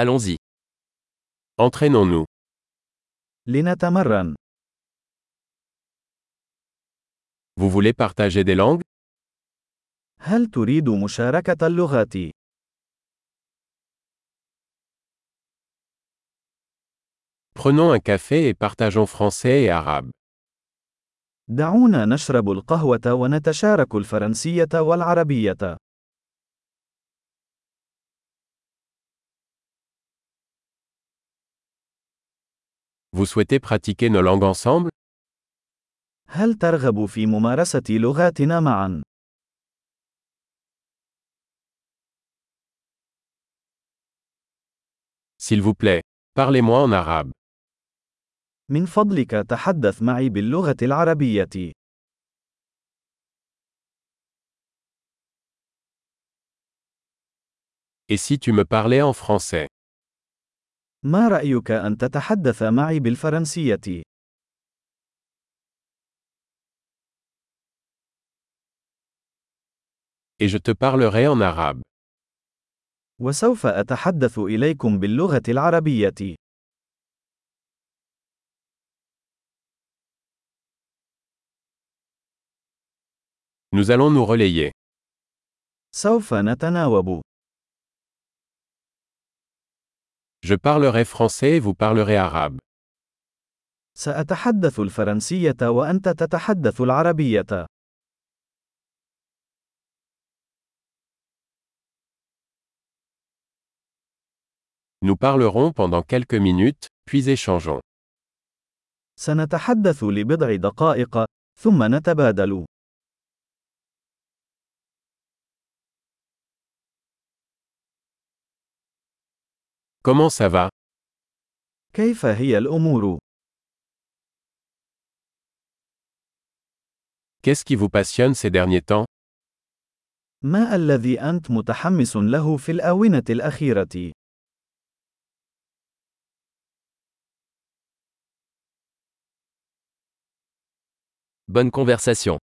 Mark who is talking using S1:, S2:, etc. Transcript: S1: Allons-y. Entraînons-nous.
S2: لنتمرن.
S1: Vous voulez partager des langues
S2: هل تريد مشاركة اللغات؟
S1: Prenons un café et partageons français et arabe.
S2: دعونا نشرب القهوة ونتشارك الفرنسية والعربية.
S1: Vous souhaitez pratiquer nos langues ensemble
S2: هل ترغب في ممارسة لغاتنا معا؟
S1: S'il vous plaît, parlez-moi en arabe.
S2: من فضلك تحدث معي باللغة العربية.
S1: Et si tu me parlais en français
S2: ما رأيك أن تتحدث معي بالفرنسية؟
S1: Et je te parlerai en arabe.
S2: وسوف أتحدث إليكم باللغة العربية.
S1: Nous allons nous relayer.
S2: سوف نتناوب.
S1: Je parlerai français et vous parlerez arabe.
S2: سأتحدث الفرنسية وأنت تتحدث العربية.
S1: Nous parlerons pendant quelques minutes, puis échangeons.
S2: سنتحدث لبضع دقائق، ثم نتبادل.
S1: Comment ça va
S2: كيف هي الأمور؟
S1: Qu'est-ce qui vous passionne ces derniers temps
S2: ما الذي أنت متحمس له في الآونة الأخيرة؟
S3: Bonne conversation.